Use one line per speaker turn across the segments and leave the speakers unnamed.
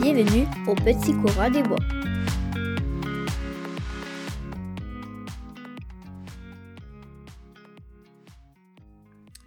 bienvenue au Petit Courant des Bois.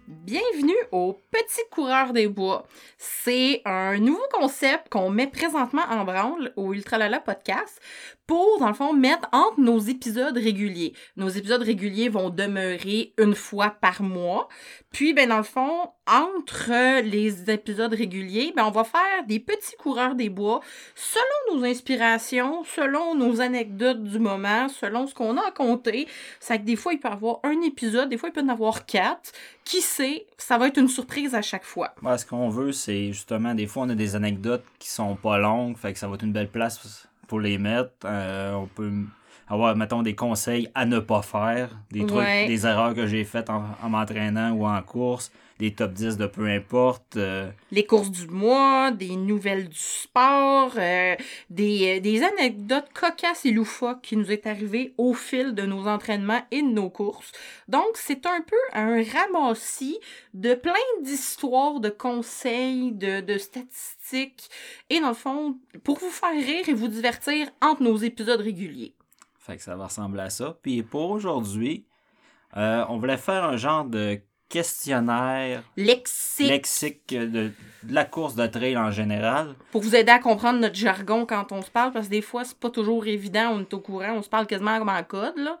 Bienvenue au Petit Coureur des Bois. C'est un nouveau concept qu'on met présentement en branle au Ultralala Podcast pour, dans le fond, mettre entre nos épisodes réguliers. Nos épisodes réguliers vont demeurer une fois par mois. Puis, ben, dans le fond, entre les épisodes réguliers, ben, on va faire des petits coureurs des bois selon nos inspirations, selon nos anecdotes du moment, selon ce qu'on a à compter. C'est que des fois, il peut y avoir un épisode, des fois, il peut y en avoir quatre. Qui sait, ça va être une surprise à chaque fois.
Ouais, Bah, ce qu'on veut, c'est justement, des fois, on a des anecdotes qui sont pas longues, fait que ça va être une belle place pour les mettre. Euh, on peut m- avoir, mettons, des conseils à ne pas faire, des trucs,
Ouais.
des erreurs que j'ai faites en, en m'entraînant ou en course, des top 10 de peu importe. euh,
les courses du mois, des nouvelles du sport, euh, des, euh, des anecdotes cocasses et loufoques qui nous est arrivées au fil de nos entraînements et de nos courses. Donc, c'est un peu un ramassis de plein d'histoires, de conseils, de, de statistiques, et dans le fond, pour vous faire rire et vous divertir entre nos épisodes réguliers.
fait que ça va ressembler à ça. Puis pour aujourd'hui, euh, on voulait faire un genre de questionnaire
Lexique,
lexique de, de la course de trail en général.
pour vous aider à comprendre notre jargon quand on se parle, parce que des fois, c'est pas toujours évident, on est au courant, on se parle quasiment comme en code, là.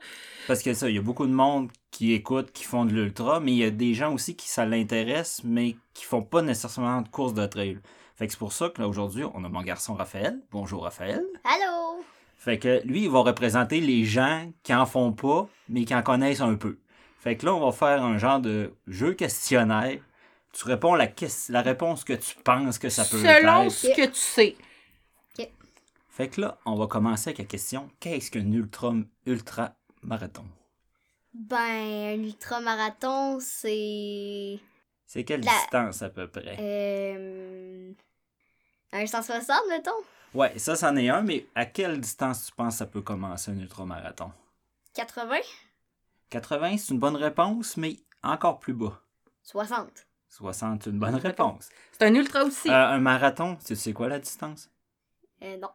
Parce que ça, il y a beaucoup de monde qui écoute, qui font de l'ultra, mais il y a des gens aussi qui ça l'intéresse, mais qui font pas nécessairement de course de trail. Fait que c'est pour ça que là aujourd'hui, on a mon garçon Raphaël. Bonjour Raphaël.
Allô!
Fait que lui, il va représenter les gens qui en font pas, mais qui en connaissent un peu. Fait que là, on va faire un genre de jeu questionnaire. Tu réponds la, ques- la réponse que tu penses que ça peut
Selon
être.
ce que tu sais.
Fait que là, on va commencer avec la question qu'est-ce qu'un ultra ultra marathon
Ben, un ultramarathon, c'est.
C'est quelle
La-
distance à peu près
Euh, un 160, mettons?
Ouais, ça, c'en est un, mais à quelle distance tu penses ça peut commencer un ultramarathon?
80?
80, c'est une bonne réponse, mais encore plus bas.
60.
60, c'est une bonne réponse.
C'est un ultra aussi.
Euh, un marathon, tu sais quoi la distance?
Euh, non.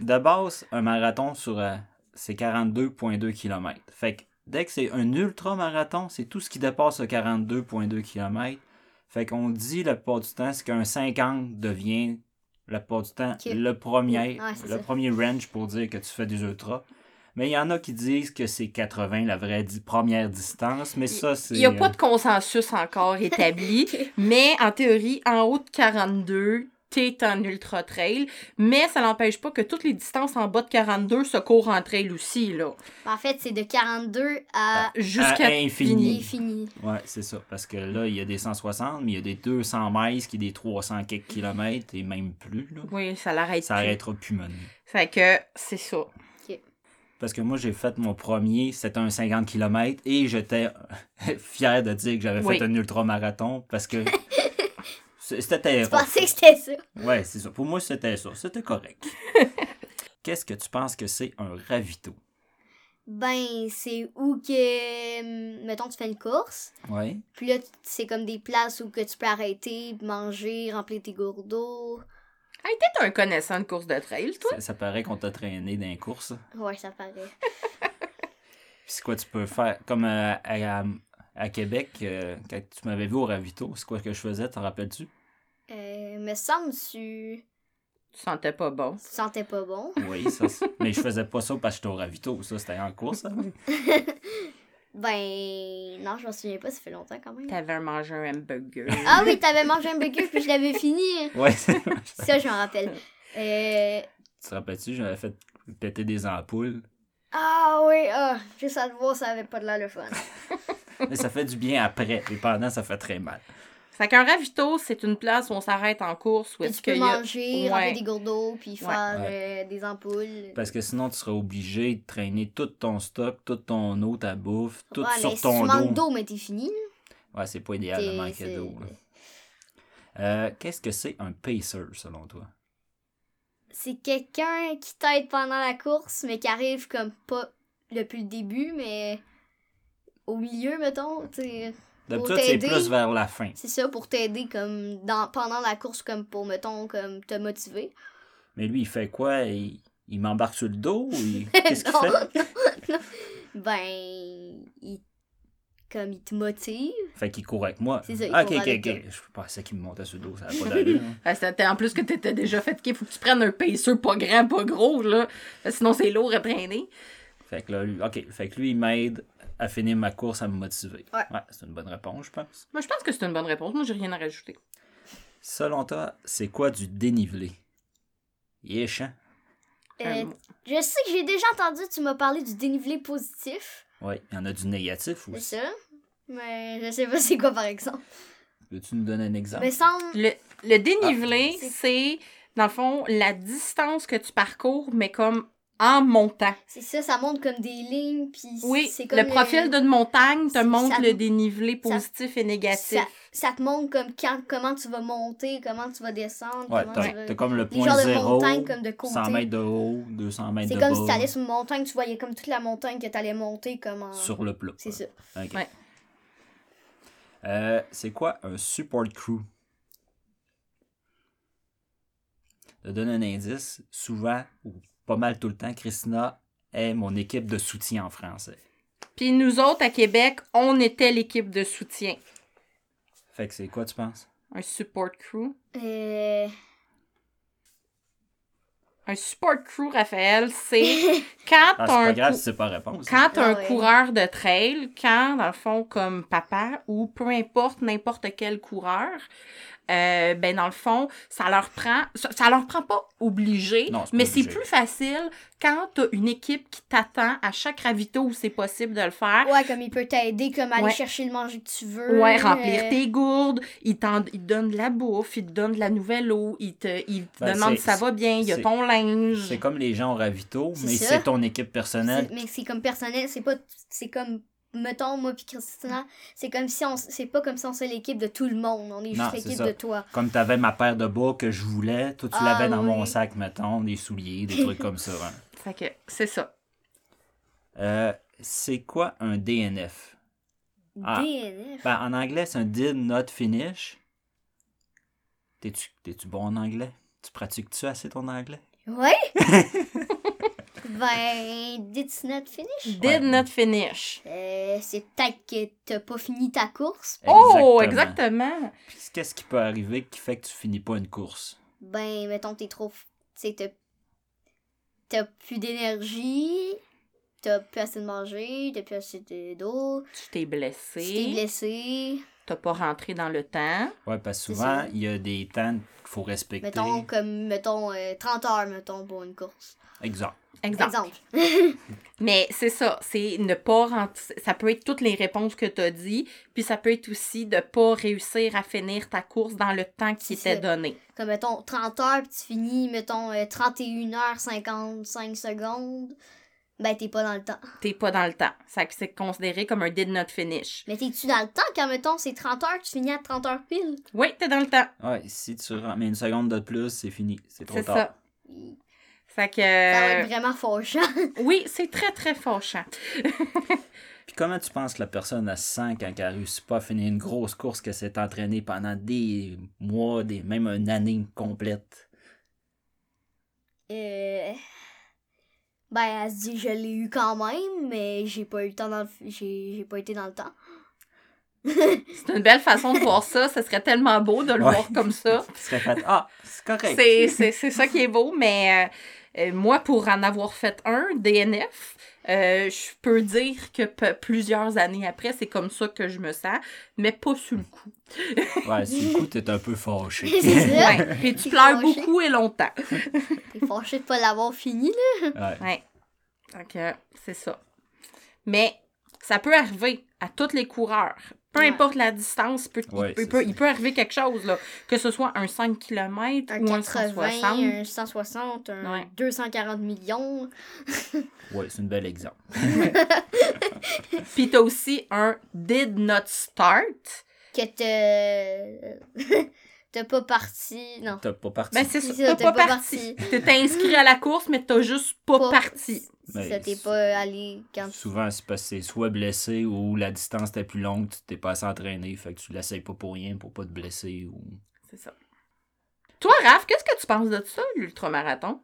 De base, un marathon sur euh, c'est 42,2 km. Fait que dès que c'est un ultramarathon, c'est tout ce qui dépasse le 42,2 km. Fait qu'on dit la plupart du temps, c'est qu'un 50 devient la plupart du temps
Ok.
le premier,
Ouais, c'est
le
ça.
premier range pour dire que tu fais des ultras. Mais il y en a qui disent que c'est 80 la vraie di- première distance, mais ça c'est
Il n'y a pas
euh,
de consensus encore établi, mais en théorie, en haut de 42, t'es en ultra trail, mais ça n'empêche pas que toutes les distances en bas de 42 se courent en trail aussi, là.
En fait, c'est de 42
Ah.
à
Jusqu'à
euh, à infini.
il fini.
Ouais, c'est ça. Parce que là, il y a des 160, mais il y a des 200 miles, qui est des 300 quelques kilomètres et même plus. Là.
Oui, ça l'arrête.
Ça
plus.
arrêtera plus, maintenant.
Fait que c'est ça.
Parce que moi, j'ai fait mon premier, c'était un 50 km et j'étais fier de dire que j'avais
Oui.
fait un ultramarathon parce que c- c'était.
Je pensais que c'était ça.
Ouais, c'est ça. Pour moi, c'était ça. C'était correct. Qu'est-ce que tu penses que c'est un ravito?
Ben, c'est où que, hum, mettons, tu fais une course,
Ouais.
puis là, tu- c'est comme des places où que tu peux arrêter, manger, remplir tes gourdes d'eau.
Hey, t'es un connaissant de course de trail, toi?
Ça, ça paraît qu'on t'a traîné dans les courses.
Ouais, ça paraît.
Puis c'est quoi tu peux faire? Comme euh, à, à- à Québec, euh, quand tu m'avais vu au ravito, c'est quoi que je faisais, t'en rappelles-tu?
Euh, me semble tu
Tu sentais pas bon.
tu te sentais pas bon.
Oui, ça. c'est- Mais je faisais pas ça parce que j'étais au ravito, ça, c'était en course. hein.
Ben, non, je m'en souviens pas, ça fait longtemps quand même.
T'avais mangé un hamburger.
Ah oui, t'avais mangé un burger, puis je l'avais fini.
Ouais, c'est-
Ça, je m'en rappelle. Euh,
Tu te rappelles-tu, j'avais fait péter des ampoules.
Ah oui, ah, juste à le voir, ça avait pas de l'air le fun.
Mais ça fait du bien après. Et pendant, ça fait très mal.
fait qu'un ravito, c'est une place où on s'arrête en course, où
Puis
est-ce
tu peux
qu'il y a...
manger,
Ouais.
remplir des gourdes d'eau, puis faire euh, des ampoules.
Parce que sinon, tu seras obligé de traîner tout ton stock, tout ton eau, ta bouffe, tout
Ouais, mais
sur
si
ton
tu
dos.
manques d'eau, mais t'es fini.
Ouais, c'est pas idéal de
T'es-
manquer
c'est-
d'eau. là. Euh, Qu'est-ce que c'est un pacer, selon toi?
C'est quelqu'un qui t'aide pendant la course, mais qui arrive comme pas depuis le début, mais au milieu, mettons. t'sais.
D'habitude, c'est
t'aider.
plus vers la fin.
C'est ça, pour t'aider comme dans, pendant la course, comme pour, mettons, comme te motiver.
Mais lui, il fait quoi? Il, il m'embarque sur le dos? Il- Qu'est-ce qu'il
Non.
fait?
Ben, il- comme il te motive.
Fait qu'il court avec moi.
C'est ça, il
Ah, ok,
court
ok,
avec
ok. Je pensais qu'il me montait sur le dos, ça n'a pas d'allure. hein.
Ah, c'était- en plus que t'étais déjà fait qu'il faut que tu prennes un paceur pas grand, pas gros, là. Sinon, c'est lourd à traîner.
fait que là, lui, ok. Fait que lui, il m'aide à finir ma course, à me motiver.
Ouais.
c'est une bonne réponse, je pense.
Moi, je pense que c'est une bonne réponse. Moi, j'ai rien à rajouter.
Selon toi, c'est quoi du dénivelé? Yesh, hein?
Euh,
Hum,
je sais que j'ai déjà entendu, tu m'as parlé du dénivelé positif.
Ouais, il y en a du négatif
C'est
aussi.
ça. Mais je sais pas c'est quoi par exemple.
Peux-tu nous donner un exemple?
Mais semble.
Le, le dénivelé,
Ah.
c'est, dans le fond, la distance que tu parcours, mais comme en montant.
C'est ça, ça monte comme des lignes, puis
Oui,
c'est comme
le profil d'une montagne te
ça-
montre le dénivelé positif et négatif.
ça, ça te montre comme quand, comment tu vas monter, comment tu vas descendre,
Ouais,
comment tu
t'as
vas...
t'as comme le
Les
point
genres de
zéro,
montagnes comme de côté.
100 mètres de haut, 200 mètres de
C'est
bas.
comme si t'allais sur une montagne, tu voyais comme toute la montagne que t'allais monter comme en...
sur le plat.
C'est ça.
Ok.
Ouais.
Euh, c'est quoi un support crew? Je donne un indice. Souvent, ou pas mal tout le temps, Christina est mon équipe de soutien en français.
Puis nous autres, à Québec, on était l'équipe de soutien.
Fait que c'est quoi, tu penses?
Un support crew.
Euh,
Un support crew, Raphaël, c'est quand
Ah, c'est
t'as
pas
un
grave
cou-
si c'est pas réponse.
Quand t'as un
Ah ouais.
coureur de trail, quand, dans le fond, comme papa ou peu importe, n'importe quel coureur, euh, ben, dans le fond, ça leur prend, ça, ça leur prend pas obligé,
Non, c'est pas
mais c'est
obligé.
plus facile quand t'as une équipe qui t'attend à chaque ravito où c'est possible de le faire.
Ouais, comme il peut t'aider, comme aller
Ah. Ouais.
chercher le manger que tu veux.
Ouais, remplir
euh,
tes gourdes, il, t'en- il te donne de la bouffe, il te donne de la nouvelle eau, il te, il te
Ben,
demande
c'est-
si ça va bien, il y a
c'est-
ton linge.
C'est comme les gens au ravito,
C'est
mais
ça.
c'est ton équipe
c'est-
personnelle.
Mais c'est comme personnel, c'est pas... C'est comme... Mettons, moi puis Christina, c'est comme si on... C'est pas comme si on serait l'équipe de tout le monde. On est
Non,
juste
c'est
l'équipe
ça.
de toi.
Comme t'avais ma paire de bas que je voulais, toi tu
Ah,
l'avais dans mon
oui.
sac, mettons, des souliers, des trucs comme ça. hein.
Fait que c'est ça.
Euh, c'est quoi un DNF? Ah.
DNF.
Ben, en anglais, c'est un did not finish. T'es-tu, t'es-tu bon en anglais? Tu pratiques-tu assez ton anglais?
Ouais! ben, did not finish?
Did
Ouais.
not finish.
Euh, c'est peut-être que t'as pas fini ta course.
Oh, exactement.
Puis Qu'est-ce qui peut arriver qui fait que tu finis pas une course?
Ben, mettons, t'es trop. Tu sais, t'as- t'as plus d'énergie, t'as plus assez de manger, t'as plus assez de- d'eau,
Tu t'es blessé.
tu t'es blessé.
T'as pas rentré dans le temps.
Ouais, parce que
C'est
souvent,
ça.
il y a des temps qu'il faut respecter.
Mettons, comme, mettons, euh, 30 heures, mettons, pour une course.
Exemple.
Exemple.
Exemple.
Mais c'est ça, c'est ne pas rentrer. Ça peut être toutes les réponses que t'as dit, puis ça peut être aussi de pas réussir à finir ta course dans le temps
C'est
qui était
ça.
donné.
Comme, mettons, 30 heures, puis tu finis, mettons, euh, 31 heures 55 secondes. Ben, t'es pas dans le temps.
T'es pas dans le temps. Ça que c'est considéré comme un did not finish.
Mais t'es-tu dans le temps quand, mettons, c'est 30 heures, tu finis à 30 heures pile?
Oui, t'es dans le temps.
Ouais, si tu rentres, mais une seconde de plus, c'est fini. C'est trop
C'est
tard.
ça. Fait
Ça va être
que.
vraiment fâchant.
Oui, c'est très, très fâchant.
Puis comment tu penses que la personne a sent quand elle réussit pas à finir une grosse course que s'est entraînée pendant des mois, des même une année complète?
Euh... Ben, elle se dit, je l'ai eu quand même, mais j'ai pas eu le temps dans le... J'ai, j'ai pas été dans le temps.
C'est une belle façon de voir ça. Ça serait tellement beau de le
Ouais.
voir comme ça.
Tu serais fait, ah, c'est correct.
Oh. C'est- C'est c'est ça qui est beau, mais euh, euh, moi, pour en avoir fait un, DNF, euh, je peux dire que pe- plusieurs années après, c'est comme ça que je me sens, mais pas sur le coup.
Ouais, sur le coup, t'es un peu fâché.
C'est ça.
Ouais. Puis tu
T'es
pleures
fâchée.
beaucoup et longtemps.
T'es fâché de pas l'avoir fini, là.
Ouais.
Ouais. Donc, euh, c'est ça. Mais ça peut arriver à tous les coureurs. Peu
Ouais.
importe la distance, peut- il,
Ouais,
peut,
c'est
peut-
ça.
il peut arriver quelque chose, là. que ce soit un 5 km
Un
ou un
80,
160.
un 160, un
Ouais.
240 millions.
Ouais, c'est une belle exemple.
Puis t'as aussi un did not start.
Que t'as... t'as pas parti... Non.
T'as pas parti.
Ben, c'est
C'est
ça,
ça,
t'as pas, parti. T'es inscrit à la course, mais t'as juste pas,
Pas-
parti.
Mais
C'est ça, t'es
c'est-
pas allé quand...
Souvent, c'est parce que c'est soit blessé ou la distance était plus longue, tu t'es pas assez entraîné, fait que tu l'essayes pas pour rien pour pas te blesser. Ou...
C'est ça. Toi, Raph, qu'est-ce que tu penses de ça, l'ultramarathon?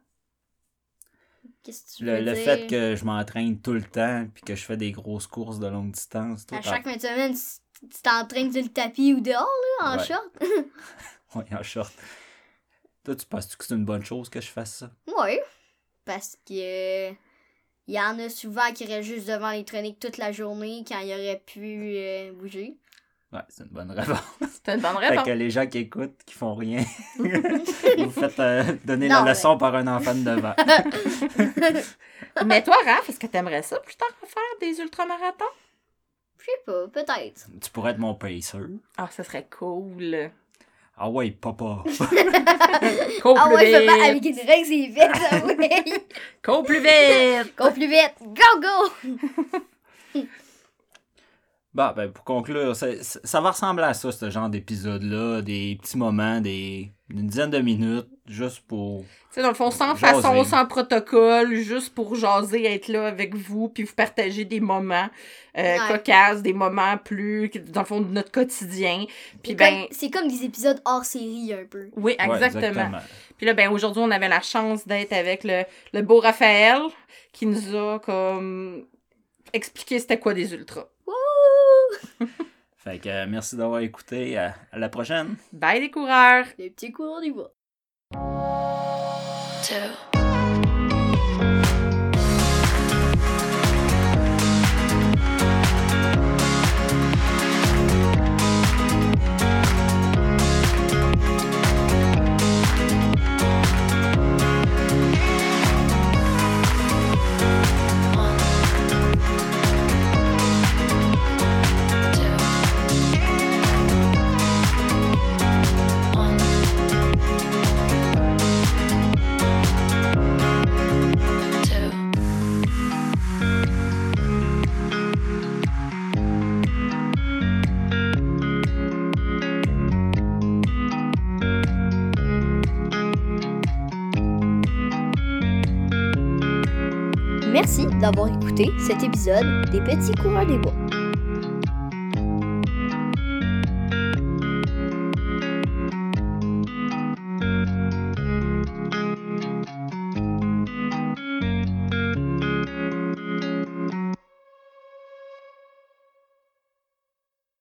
Qu'est-ce que tu
Le,
veux
le
dire?
fait que je m'entraîne tout le temps puis que je fais des grosses courses de longue distance. tout
À chaque fin de semaine, tu tu t'entraînes sur le tapis ou dehors, là, en
Ouais.
short.
Ouais, en short. Toi, tu penses que c'est une bonne chose que je fasse ça?
Ouais. Parce que. Il y en a souvent qui restent juste devant les cliniques toute la journée quand ils auraient pu euh, bouger.
Ouais, c'est une bonne réponse.
C'est une bonne
Fait
Ah
réponse.
que les gens qui écoutent, qui font rien, vous faites euh, donner
Non,
la
mais-
leçon par un enfant de 9 ans.
Mais toi, Raph, est-ce que t'aimerais ça plus tard faire des ultramarathons?
Je sais pas, peut-être.
tu pourrais être mon pacer.
Ah, ça serait cool.
Ah ouais, papa.
Cours
Ah
plus
ouais, je peux pas
vite!
avec une règle, c'est vite, ça, oui.
Cours plus vite!
Go plus vite, go, go!
Bon, ben, pour conclure, ça, ça- ça va ressembler à ça, ce genre d'épisode-là. Des petits moments, des une dizaine de minutes, juste pour.
Tu sais, dans le fond, sans
Jaser.
façon, sans protocole, juste pour jaser, être là avec vous, puis vous partager des moments euh,
Ouais.
cocasses, des moments plus, dans le fond, de notre quotidien. Puis
C'est
ben,
comme- C'est comme des épisodes hors série, un peu.
oui,
Ouais,
exactement. Puis là, ben aujourd'hui, on avait la chance d'être avec le, le beau Raphaël qui nous a comme expliqué c'était quoi des ultras.
Fait que euh, merci d'avoir écouté. À- à la prochaine.
Bye les coureurs!
Les petits cours du bois.
Two. One. Two.
Merci d'avoir écouté cet épisode des Petits Coureurs des Bois.